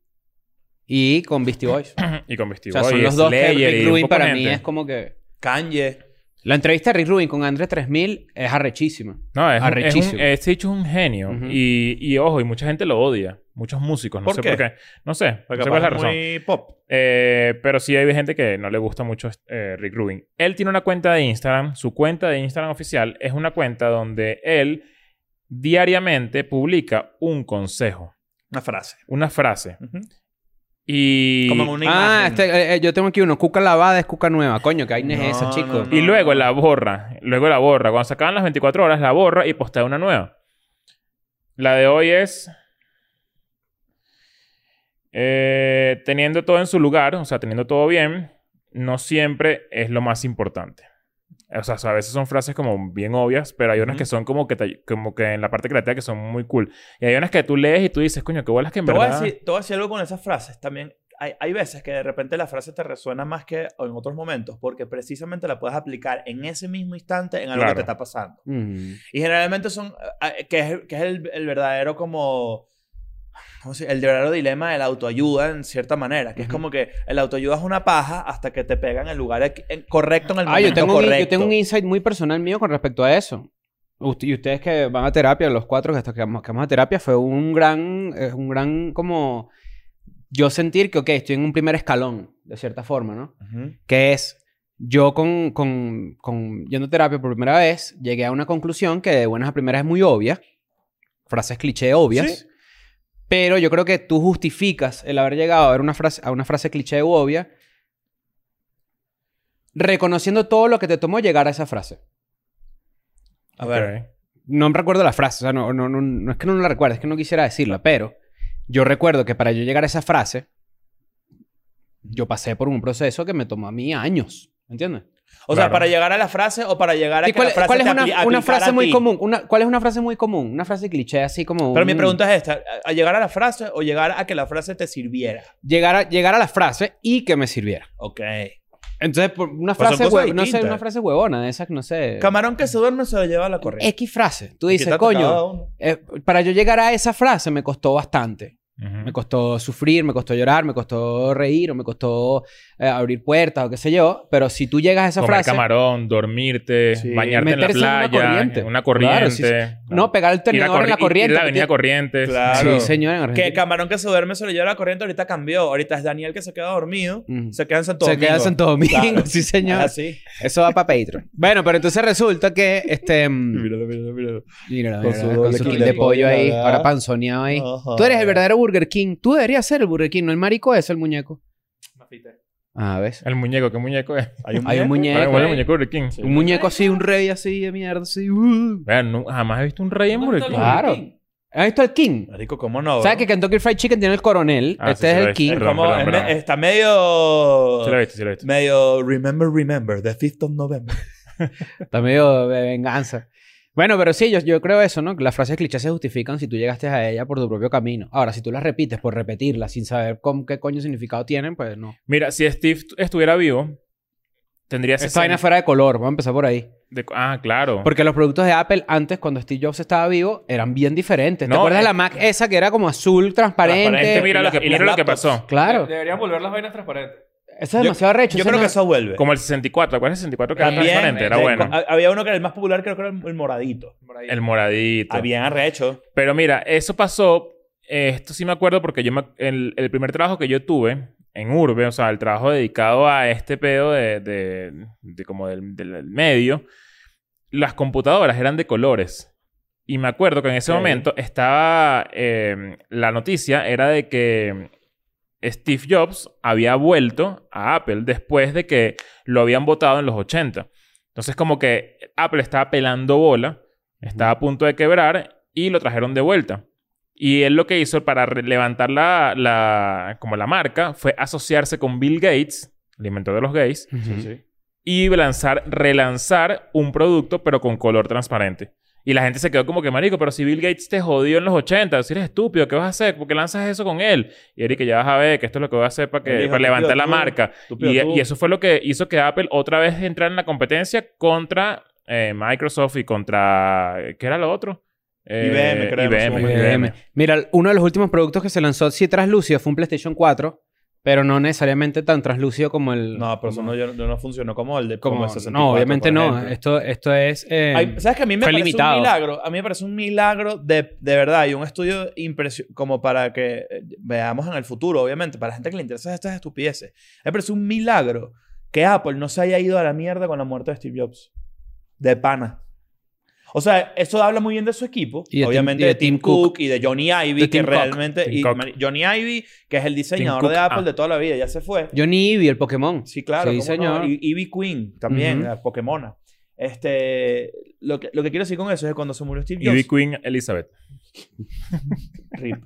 y con Beastie Boys.
Y con
o
vestido.
sea, son
y
los dos que
Slayer y
Rick
un
Rubin
poco
para
gente.
mí es como que...
Kanye.
La entrevista de Rick Rubin con Andrés 3000 es arrechísima.
No, es, un- es un,
Arrechísimo.
este bicho es un genio.
Ujú.
y, y ojo, y mucha gente lo odia. Muchos músicos, no
¿Por
sé
qué?
por qué. No sé, no
Porque
sé cuál es la
capaz es
razón.
muy pop.
Eh, pero sí hay gente que no le gusta mucho eh, Rick Rubin. Él tiene una cuenta de Instagram. Su cuenta de Instagram oficial es una cuenta donde él diariamente publica un consejo,
Una frase.
una frase.
Ujú.
Y,
Como en una
Ah,
imagen.
este, eh, eh, yo tengo aquí uno. Cuca lavada es cuca nueva. Coño, que vaina es esa,
No,
chico.
no, no.
y luego la borra. Luego la borra. Cuando se acaban las 24 horas, la borra y postea una nueva. La de hoy es... eh, teniendo todo en su lugar, o sea, teniendo todo bien, no siempre es lo más importante. O sea, a veces son frases como bien obvias, pero hay unas
Ujú.
que son como que, te- como que en la parte creativa que son muy cool. Y hay unas que tú lees y tú dices, coño, qué bolas que en
Te voy, a
verdad...
decir, te voy a decir algo con esas frases también. Hay, hay veces que de repente la frase te resuena más que en otros momentos porque precisamente la puedes aplicar en ese mismo instante en algo
Claro.
que te está pasando.
Mm.
Y generalmente son, eh, que es, que es el, el verdadero como, ¿cómo se- el verdadero dilema de la autoayuda en cierta manera, que es
Ujú.
como que el autoayuda es una paja hasta que te pega en el lugar equ- en- correcto, en el
Ah,
momento
yo tengo, un,
correcto.
yo tengo un insight muy personal mío con respecto a eso. Ust- y ustedes que van a terapia, los cuatro que, hasta que, vamos, que vamos a terapia, fue un gran, eh, un gran como yo sentir que, ok, estoy en un primer escalón, de cierta forma, ¿no?
Ujú.
Que es, yo con, con, con yendo a terapia por primera vez, llegué a una conclusión que de buenas a primeras es muy obvia, frases cliché obvias,
Sí.
pero yo creo que tú justificas el haber llegado a, ver una frase, a una frase cliché u obvia reconociendo todo lo que te tomó llegar a esa frase.
A ver,
Ok.
No recuerdo la frase, o sea, no, no, no, no es que no la recuerde, es que no quisiera decirla, pero yo recuerdo que para yo llegar a esa frase, yo pasé por un proceso que me tomó a mí años, ¿entiendes?
o sea,
Claro.
para llegar a la frase o para llegar a
¿Y
que la
cuál,
frase
cuál es
te apli-
una, una
aplicara
frase
a
muy
ti?
común? Una, ¿Cuál es una frase muy común? Una frase cliché así como...
Pero mi
un-
pregunta es esta, ¿a- ¿a llegar a la frase o llegar a que la frase te sirviera?
Llegar a, llegar a la frase y que me sirviera.
Ok.
Entonces, por una
Pues son
frase,
cosas
hue- no sé,
distintas.
una frase huevona de esas, no sé...
Camarón que se duerme se lo lleva a la corriente.
X frase. Tú
Aquí
dices,
está cada
coño,
uno.
eh, para yo llegar a esa frase me costó bastante.
Ujú.
Me costó sufrir, me costó llorar, me costó reír, o me costó eh, abrir puertas, o qué sé yo. Pero si tú llegas a esa
Comer
frase,
camarón, dormirte,
Sí.
bañarte en la
Meterse en una
playa,
corriente.
en una corriente.
Claro, sí, sí. no, pegar el
Ir a
terminador en la
corri- ir- ir
corriente.
a la
que
avenida
tiene-
Corrientes.
Claro.
Sí, señor, en
Que
Argentina.
camarón que se duerme se lo lleva a la corriente ahorita cambió. Ahorita es Daniel que se queda dormido.
Ujú.
Se queda en Santo
Se queda en Santo Domingo,
Claro. Ah,
sí, señor.
Así.
Eso va para Patreon. bueno, pero entonces resulta que este. mm,
Míralo, míralo, míralo.
Míralo,
Con
míralo,
su
con,
doble
su
kit
kit de
de
pollo
pollo,
ahí,
¿verdad? Ah.
ahora panzoneado ahí.
Ajá.
Tú eres el verdadero Burger King. Tú deberías ser el Burger King, no el marico ese, el muñeco. Ah, ¿ves?
El muñeco, ¿qué muñeco es?
Hay un muñeco.
Ah, bueno, el
eh.
muñeco de Burger King.
Un muñeco así, un rey así de mierda, así. uh.
Vean, no- jamás he visto un rey en Burger King.
Claro. ¿Has visto el King?
Marico, ¿cómo no?
¿Sabes
bro?
que Kentucky Fried Chicken tiene el coronel?
Ah, sí, sí,
este es
lo
el
he
King.
visto.
Es como-
Perdón,
es me-
perdón.
Está medio...
Sí lo he visto, sí lo he visto.
Medio Remember, Remember, the 5th of November.
Está medio de venganza. Bueno, pero sí, yo, yo creo eso, ¿no? Que Las frases clichés se justifican si tú llegaste a ella por tu propio camino. Ahora, si tú las repites por repetirlas sin saber con qué coño significado tienen, pues no.
Mira, si Steve tu- estuviera vivo, tendría
Esta vaina
60
fuera de color, vamos a empezar por ahí.
de- Ah, claro.
Porque los productos de Apple antes, cuando Steve Jobs estaba vivo, eran bien diferentes. ¿Te
No,
acuerdas de
es-
la Mac esa que era como azul, transparente?
Es que mira
y
lo que,
las- y
mira
las
lo que
laptops.
pasó.
Claro.
Deberían volver las vainas transparentes.
Eso es demasiado recho.
Yo
eso
creo
no-
que eso vuelve.
Como el 64. ¿Cuál es el 64 que era
También,
transparente? Era
eh,
bueno.
ha- Había uno que era el más popular, creo que era el el moradito.
Por ahí.
El moradito.
Ah, bien arrecho.
Pero mira, eso pasó. eh, esto sí me acuerdo porque yo me- el, el primer trabajo que yo tuve en Urbe, o sea, el trabajo dedicado a este pedo de, de- de como del, del medio, las computadoras eran de colores. Y me acuerdo que en ese
Ok.
momento estaba. eh, la noticia era de que Steve Jobs había vuelto a Apple después de que lo habían votado en los 80. Entonces, como que Apple estaba pelando bola, estaba a punto de quebrar y lo trajeron de vuelta. Y él lo que hizo para re- levantar la, la- como la marca fue asociarse con Bill Gates, el inventor de los gays,
Ujú.
y lanzar, relanzar un producto pero con color transparente. Y la gente se quedó como que, marico, pero si Bill Gates te jodió en los 80, si eres estúpido, ¿qué vas a hacer? ¿Por qué lanzas eso con él? Y Erika, ya vas a ver que esto es lo que voy a hacer para, que,
Él dijo,
para
tú,
levantar la
tú,
marca.
tú,
Y,
tú.
y eso fue lo que hizo que Apple otra vez entrara en la competencia contra eh, Microsoft y contra... ¿Qué era lo otro? Eh,
IBM, creo, en su
IBM,
momento.
IBM.
Mira, uno de los últimos productos que se lanzó así traslúcido fue un PlayStation 4, pero no necesariamente tan traslúcido como el.
No, pero eso no, yo- no funcionó como el de
como,
como el 64,
no, obviamente
por
no.
ejemplo.
Esto, esto es. eh,
Ay, ¿Sabes que a mí me
fue
parece
limitado.
un milagro? A mí me parece un milagro de, de verdad y un estudio impresio- como para que eh, veamos en el futuro, obviamente, para la gente que le interesa estas estupideces. Me parece un milagro que Apple no se haya ido a la mierda con la muerte de Steve Jobs. De pana. O sea, eso habla muy bien de su equipo.
Y de Tim-
obviamente
y de
de Tim
Tim Cook.
Cook y de Johnny Ivy, que
De Tim Cook.
realmente...
Tim
y
Cook.
Mari- Johnny Ivy, que es el diseñador
Cook,
de Apple
ah.
de toda la vida, ya se fue.
Johnny Eevee, el Pokémon.
Sí, claro.
Sí,
cómo
señor.
no. Y Ivy Queen también,
Ujú.
la Pokémona. Este, lo, que, lo que quiero decir con eso es que cuando se murió Steve
Ivy
Jobs,
Queen Elizabeth.
rip,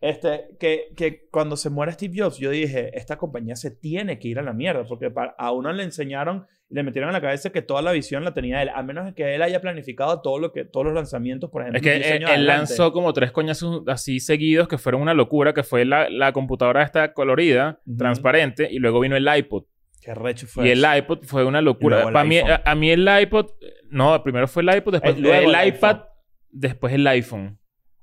este, que, que cuando se muere Steve Jobs, yo dije, esta compañía se tiene que ir a la mierda, porque pa- a uno le enseñaron, le metieron en la cabeza que toda la visión la tenía él, a menos que él haya planificado todo lo que, todos los lanzamientos, por ejemplo.
Es que
10
él,
años
él
adelante.
lanzó como tres coñazos así seguidos que fueron una locura, que fue la, la computadora esta colorida,
Ujú.
transparente, y luego vino el iPod.
Qué recho fue.
Y el
eso.
iPod fue una
Y
locura.
luego el
Para mí,
iPhone.
a, a mí el iPod... No, primero fue el iPod, después
Eh, luego
el,
el
iPad,
iPhone.
después el iPhone.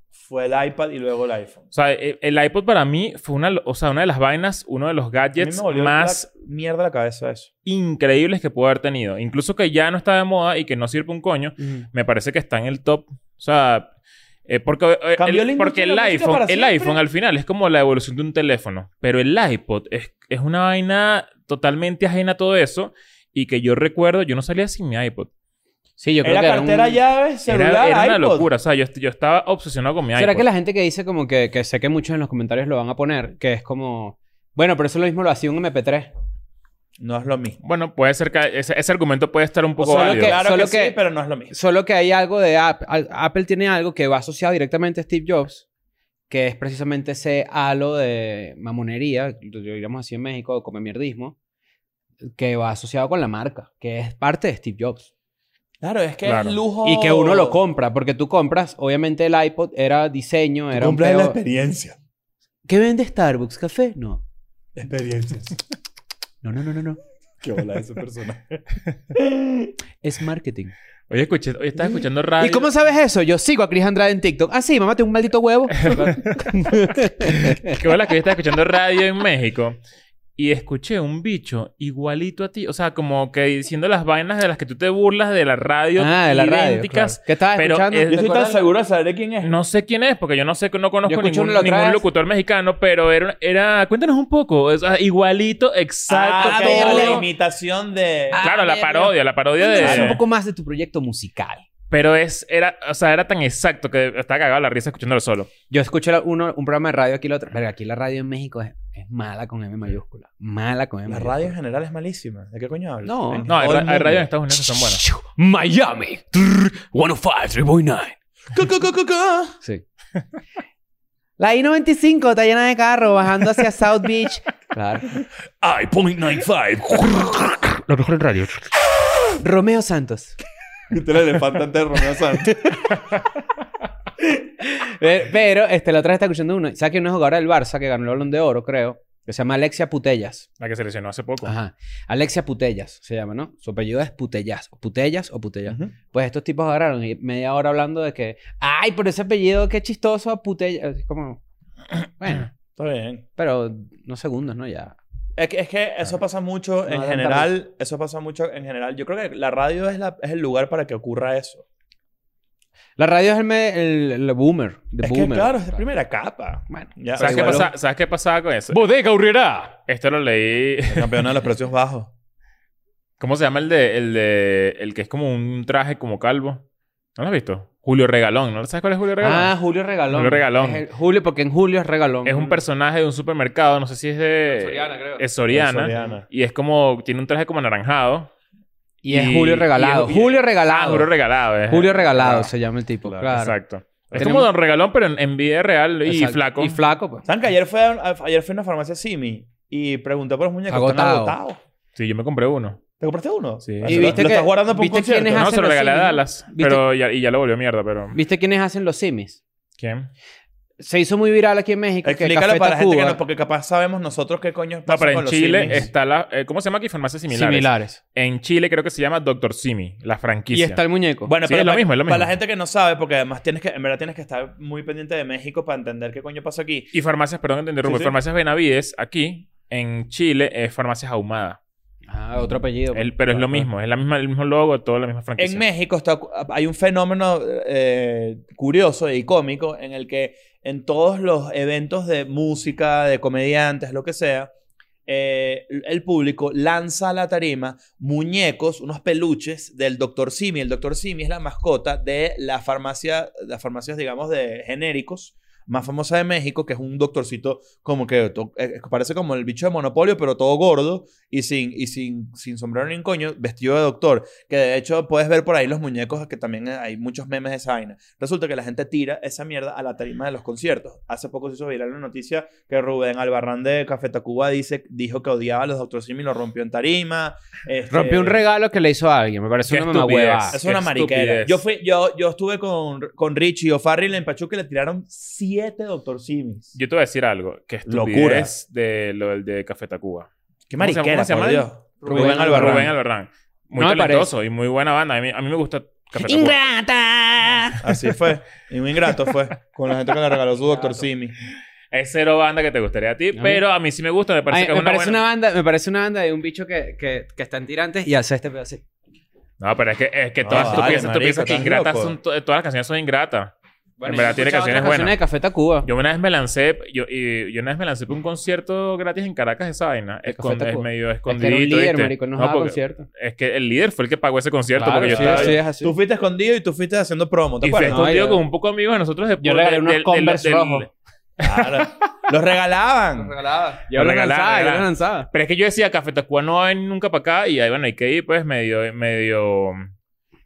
Fue el iPad y luego el iPhone.
O sea, e- el iPod para mí fue una, o sea, una de las vainas, uno de los
A mí me
gadgets
volvió
más
la mierda la cabeza eso.
increíbles que puedo haber tenido. Incluso que ya no está de moda y que no sirve un coño, me parece que está en el top. O sea, eh, porque, eh,
Cambió
el,
la
porque
industria de
el
la música
iPhone,
para
el
siempre.
iPhone al final es como la evolución de un teléfono, pero el iPod es, es una vaina totalmente ajena a todo eso y que yo recuerdo, yo no salía sin mi iPod.
Sí, yo creo
Era
que era un-
cartera, llaves,
Era,
celular,
era una
iPod.
locura, o sea, yo, est- yo estaba obsesionado con mi iPod.
¿Será que la gente que dice como que, que sé que muchos en los comentarios lo van a poner, que es como, bueno, pero eso lo mismo lo hacía un MP3?
No es lo mismo.
Bueno, puede ser que ese, ese argumento puede estar un poco
sea, lo
válido.
que-
claro
solo
que, sí,
que-
pero no es lo mismo.
Solo que hay algo de Apple. Apple tiene algo que va asociado directamente a Steve Jobs, que es precisamente ese halo de mamonería, lo diríamos así en México, come mierdismo, que va asociado con la marca, que es parte de Steve Jobs.
Claro, es que
Claro.
es lujo.
Y que uno
Oh.
lo compra, porque tú compras, obviamente el iPod era diseño, era un
Compras la
peo-
experiencia.
¿Qué vende Starbucks? ¿Café? No.
Experiencias.
No, no, no, no, no.
Qué bola esa persona.
Es marketing.
Oye, escuché, oye, estaba escuchando radio.
¿Y cómo sabes eso? Yo sigo a Chris Andrade en TikTok. Ah, sí, mamá, te un maldito huevo.
Qué bola que yo estaba escuchando radio en México y escuché un bicho igualito a ti. O sea, como que diciendo las vainas de las que tú te burlas de la radio.
ah, de la radio.
idénticas.
claro. ¿Qué estabas
pero
escuchando?
es-
Yo estoy tan seguro de saber quién es.
No sé quién es, porque yo no sé, no
Yo
conozco
escuché
ningún,
uno la otra
ningún
vez.
locutor mexicano, pero era, era cuéntanos un poco, o sea, igualito, exacto.
Ah,
A
que era
verle.
la
todo.
imitación de.
Ah.
Claro, la
verga.
parodia, la parodia
Cuéntanos un
de...
poco más de tu proyecto musical.
Pero es, era, o sea, era tan exacto que estaba cagado la risa escuchándolo solo.
Yo escuché la- uno, un programa de radio aquí, el otro. Pero aquí la radio en México es, es mala con M mayúscula. Mala con M
La
mayúscula.
radio en general es malísima. ¿De qué coño hablas?
No.
En
No, hay,
todo
ra-
el
hay
mundo.
radio en Estados Unidos que son buenas.
Miami. 105.3.9.
Cu, cu, cu, cu, cu.
Sí. La I-95 está llena de carros bajando hacia South Beach. Claro.
I.95. Lo mejor en radio.
Romeo Santos.
Este era el elefante antes de Romeo Santos.
Pero, pero, este, la otra vez estaba escuchando uno. ¿Sabes que una jugadora del Barça que ganó el Balón de Oro, creo? Que se llama Alexia Putellas.
La que se lesionó hace poco.
Ajá. Alexia Putellas se llama, ¿no? Su apellido es Putellas. O Putellas o Putellas.
Ujú.
Pues estos tipos agarraron y media hora hablando de que... ¡Ay, pero ese apellido, qué chistoso! Putellas. Es como... Bueno.
Está bien.
Pero unos segundos, ¿no? Ya.
Es que, es que eso pasa mucho en
No,
general. Eso pasa mucho en general. Yo creo que la radio es, la, es el lugar para que ocurra eso.
La radio es el, me- el, el boomer. the
es
boomer.
que, claro, es la primera capa.
Bueno.
Ya,
¿Sabes, qué
igual-
pasa- ¿Sabes qué pasaba con eso?
Bodega Urrera.
Esto lo leí.
El campeón de los precios bajos.
¿Cómo se llama el de, el de. el que es como un traje como calvo? ¿No lo has visto? Julio Regalón. ¿No sabes cuál es Julio Regalón?
Ah, Julio Regalón.
Julio Regalón.
Es el- Julio, porque en Julio es Regalón.
es un personaje de un supermercado, no sé si es de.
Soriana, creo.
Es Soriana.
El Soriana.
Y es como. tiene un traje como anaranjado.
Y es
y- y
Julio
es-
Regalado.
y es-
Julio
Ah,
Regalado.
Julio Regalado. es-
Julio Regalado
Ah,
se llama el tipo.
Claro,
claro.
Exacto. Es
Tenemos-
como Don Regalón, pero en, en vida real y
Exacto.
flaco.
Y flaco, pues.
¿Saben que ayer fue a, ayer fui a una farmacia Simi y pregunté por los muñecos? ¿Están
Agotado.
agotados?
sí, yo me compré uno.
¿Te compraste uno?
Sí.
Ah,
¿Y
se lo-
viste
lo
que-
estás guardando para un
viste
concierto?
quiénes
¿no?
No,
hacen
se lo
los
regalé a
simis, ¿no?
Dallas.
¿Viste?
Pero ya, y ya lo volvió mierda, pero...
¿Viste quiénes hacen los simis?
¿Quién?
Se hizo muy viral aquí en México.
Explícalo
que Café
para la gente que
Tacuba-
no, porque capaz sabemos nosotros qué coño
No,
pasa
pero en
con los
Chile
simis.
está la... eh, ¿Cómo se llama aquí? Farmacias similares.
similares.
En Chile creo que se llama Doctor Simi, la
Y
franquicia.
está el muñeco.
Bueno,
Sí,
pero
es lo
pa-
mismo, es lo
Para la
mismo.
gente que no sabe, porque además tienes que, en verdad tienes que estar muy pendiente de México para entender qué coño pasa aquí.
Y farmacias, perdón que te interrumpa,
Sí, sí.
farmacias Benavides, aquí, en Chile, es farmacias Ahumada.
ah, otro apellido.
El- pero es lo mismo, es la misma, el mismo logo, toda la misma franquicia.
Ah. En México está, ah, hay un fenómeno eh, curioso y cómico en el que en todos los eventos de música, de comediantes, lo que sea, eh, el público lanza a la tarima muñecos, unos peluches del Dr. Simi. El Dr. Simi es la mascota de la farmacia, las farmacias, digamos, de genéricos más famosa de México, que es un doctorcito como que to- eh, parece como el bicho de Monopolio, pero todo gordo y sin, y sin, sin sombrero ni un coño, vestido de doctor que de hecho puedes ver por ahí los muñecos, que también hay muchos memes de esa vaina. Resulta que la gente tira esa mierda a la tarima de los conciertos. Hace poco se hizo viral una noticia que Rubén Albarrán de Café Tacuba dice, dijo que odiaba a los Dr. Simi, lo rompió en tarima. este,
Rompió un regalo que le hizo a alguien. Me parece
Qué
una mamá
estupidez.
hueva.
Es una
Qué
mariquera.
estupidez.
Yo, fui, yo, yo estuve con, con Richie O'Farrill en Pachuca y le tiraron siete Dr. Simis.
Yo te voy a decir algo, que
Locura.
estupidez de lo del de Café Tacuba.
Qué
¿Cómo se-
mariquera,
cómo se llama
por
él?
Dios. Rubén,
Rubén
Albarrán.
Rubén Albarrán. Muy
No me
talentoso y muy buena banda. A mí, a mí me gusta Café Tacuba.
Así fue. Y muy ingrato fue con la gente que le regaló su Dr. Simi.
Es cero banda que te gustaría a ti,
mí-
pero a mí sí me gusta. Me parece
Ay,
que es
me,
una
parece
buena-
una banda, me parece una banda de un bicho que, que, que está en tirantes y hace este pedo así.
No, pero es que, es que
No,
todas tus
Ah, vale,
piezas, tus
marico,
piezas
estás
ingratas
loco.
son... to- Todas las canciones son ingratas.
Bueno,
En verdad
yo he
tiene
escuchado
canciones
otras
buenas.
de Café Tacuba.
Yo una vez me lancé, yo, y, yo una vez me lancé por un concierto gratis en Caracas, esa vaina.
El
Escond-
Café Tacuba.
es medio
Es que era
escondidito.
un líder,
¿viste?
marico. él Nos
No,
daba
porque-
concierto.
Es que el líder fue el que pagó ese concierto porque yo
sí,
estaba.
sí, es así.
Tú fuiste escondido y tú fuiste haciendo promo, ¿te
y fui
acuerdas?
escondido
No, yo-
con un poco de amigos de nosotros después.
Yo le regalé
del-
unos
del- del-
Converse
del-
rojos.
Claro. Los regalaban.
regalaba.
Yo lo
regalaba,
lanzaba, yo
regalaba.
lo lanzaba.
Pero es que yo decía, Café Tacuba no va a venir nunca para acá. Y ahí, bueno, hay que ir, pues, medio. medio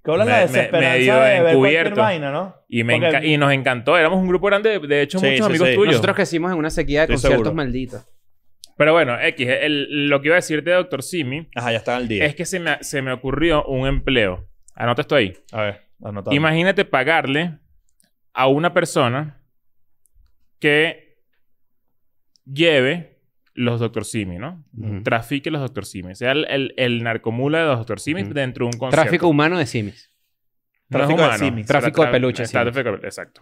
Que hablas de
Me- me-
la
medio
desesperanza de ver cualquier
encubierto.
vaina, ¿no?
y, me
Porque-
enca- y nos encantó. Éramos un grupo grande, de, de hecho,
Sí,
muchos
sí,
amigos
sí.
tuyos.
Nosotros crecimos en una sequía de
Estoy
conciertos
seguro.
malditos.
Pero bueno, X, el- lo que iba a decirte de Dr. Simi
Ajá, ya está al día.
es que se me, se me ocurrió un empleo. Anota esto ahí.
A ver, anotado.
Imagínate pagarle a una persona que lleve los Dr. Simi, ¿no?
Ujú.
Trafique los Dr. Simi. Sea el, el- el narcomula de los Dr. Simi
Ujú.
dentro de un concierto.
Tráfico humano de simis.
No es
Tráfico de
humano.
simis.
Tráfico de peluches,
Está
simis.
tráfico de- exacto.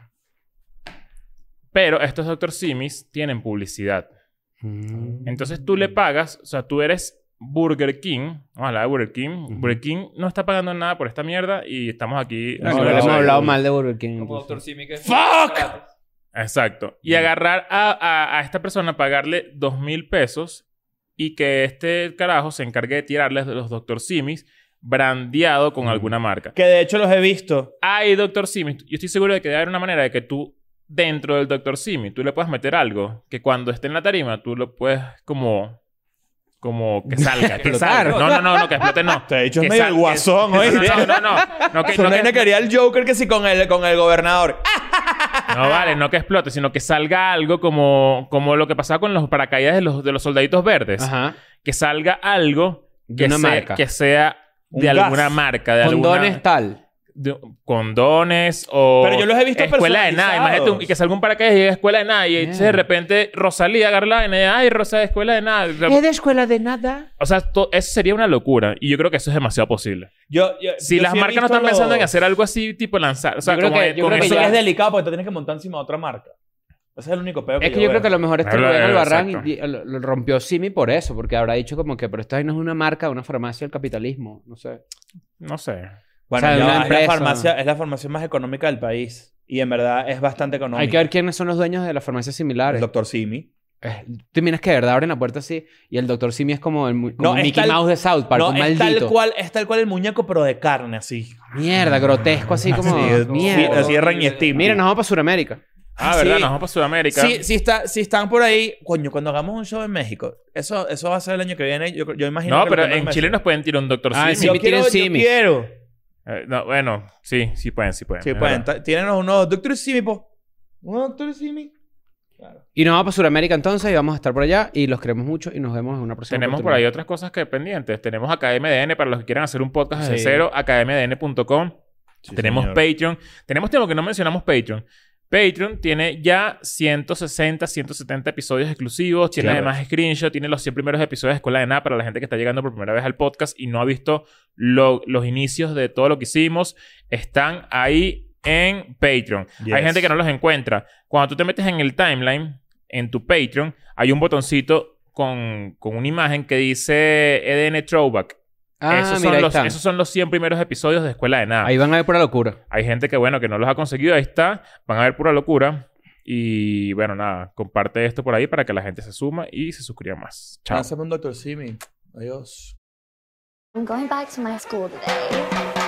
Pero estos Dr. Simis tienen publicidad. Entonces tú
Mm.
le pagas, o sea, tú eres Burger King. Vamos a hablar de Burger King. Burger King no está pagando nada por esta mierda y estamos aquí.
No,
No,
le
no,
hemos
no,
hablado
no.
mal de Burger King.
Como
entonces.
Doctor Simi que...
¡Fuck!
Gratis.
Exacto. Y agarrar a, a- a esta persona, pagarle dos mil pesos y que este carajo se encargue de tirarles los Dr. Simis brandeado con alguna marca.
Que de hecho los he visto.
Ay, Dr. Simis, yo estoy seguro de que debe haber una manera de que tú, dentro del Dr. Simi, tú le puedas meter algo que cuando esté en la tarima, tú lo puedes como... Como que salga, que salga.
Explotar.
No, no, no, no, que explote no.
Te he dicho, es
Que
medio
sal-
el guasón,
que-
hoy.
No, no, no, no. No, que, no,
Son
que-
que haría el Joker que sí con el, con el gobernador. ¡Ah!
no, vale, no que explote, sino que salga algo como, como lo que pasaba con los paracaídas de los, de los soldaditos verdes.
Ajá.
Que salga algo
De
que,
una
sea,
marca.
que sea
Un
de
gas.
alguna marca, de
Condones
alguna...
tal.
de- condones o...
Pero yo los he visto
Escuela de nada.
personalizados.
Imagínate un- y que salga un paracaídas y llegue a escuela de nada. Y
Bien.
entonces de repente Rosalía agarra la vaina y, Ay, Rosa, escuela de nada.
de escuela de nada?
O sea, to- eso sería una locura. Y yo creo que eso es demasiado posible.
Yo, yo-
Si
yo
las
sí he
marcas no
visto
están pensando en
los-
hacer algo así, tipo lanzar... O sea,
Yo creo
como
que-
de-
yo
con
creo que
eso-
Eso
ya-
es delicado porque te tienes que montar encima de otra marca. Ese es el único peor que
Es que yo creo que a lo mejor este
Habla
Rubén
de-
Albarrán
exacto.
y- y- lo, lo rompió Simi por eso, porque habrá dicho como que, pero esto ahí no es una marca, una farmacia del capitalismo. No sé.
No sé.
Bueno,
o sea,
ya
una
va, es, la
empresa.
farmacia, es la farmacia más económica del país. Y en verdad es bastante económica.
Hay que ver quiénes son los dueños de las farmacias
El
similares.
doctor Simi.
Eh, Tú miras que de verdad abren la puerta así y el doctor Simi es como el mu- como
No, es
Mickey
tal-
Mouse de South Park,
no,
un
es
maldito.
tal, cual, es tal cual el muñeco, pero de carne, así.
Mierda, grotesco así como.
Sí, es- sí,
mierda.
así es Ren y Stimpy.
Mira, nos vamos para Sudamérica.
Ah,
Sí.
¿verdad? Nos vamos para Sudamérica.
Sí, sí está, si están por ahí, coño, cuando hagamos un show en México, eso, eso va a ser el año que viene. Yo, yo imagino.
No,
que lo
pero
que más
en
me-
Chile nos pueden tirar un doctor
Ah,
Simi.
sí,
yo
me
quiero,
tienen
yo
simis.
quiero.
Eh, no, bueno, sí, sí pueden, sí pueden.
Sí,
es
pueden.
verdad.
Ta- Tírenos unos doctor Simi, po. Un doctor Simi. Claro.
Y nos vamos para Sudamérica entonces y vamos a estar por allá y los queremos mucho y nos vemos en una próxima
Tenemos por
oportunidad.
ahí otras cosas que pendientes. Tenemos AKMDN para los que quieran hacer un podcast desde
Sí.
cero, acadmdn.com. tenemos Patreon. Tenemos tiempo que no mencionamos Patreon. Patreon tiene ya 160, 170 episodios exclusivos. Tiene
Claro.
además screenshot. Tiene los 100 primeros episodios de Escuela de Nada para la gente que está llegando por primera vez al podcast y no ha visto lo- los inicios de todo lo que hicimos. Están ahí en Patreon. Hay gente que no los encuentra. Cuando tú te metes en el timeline, en tu Patreon, hay un botoncito con, con una imagen que dice EDN Throwback.
Ah,
esos,
mira,
son
ahí
los,
están.
esos son los 100 primeros episodios de Escuela de Nada.
Ahí van a ver pura locura.
Hay gente que, bueno, que no los ha conseguido. Ahí está. Van a ver pura locura. Y bueno, nada. Comparte esto por ahí para que la gente se suma y se suscriba más. Chao.
Lánzame un Dr. Simi. Adiós.
I'm going back to my school today.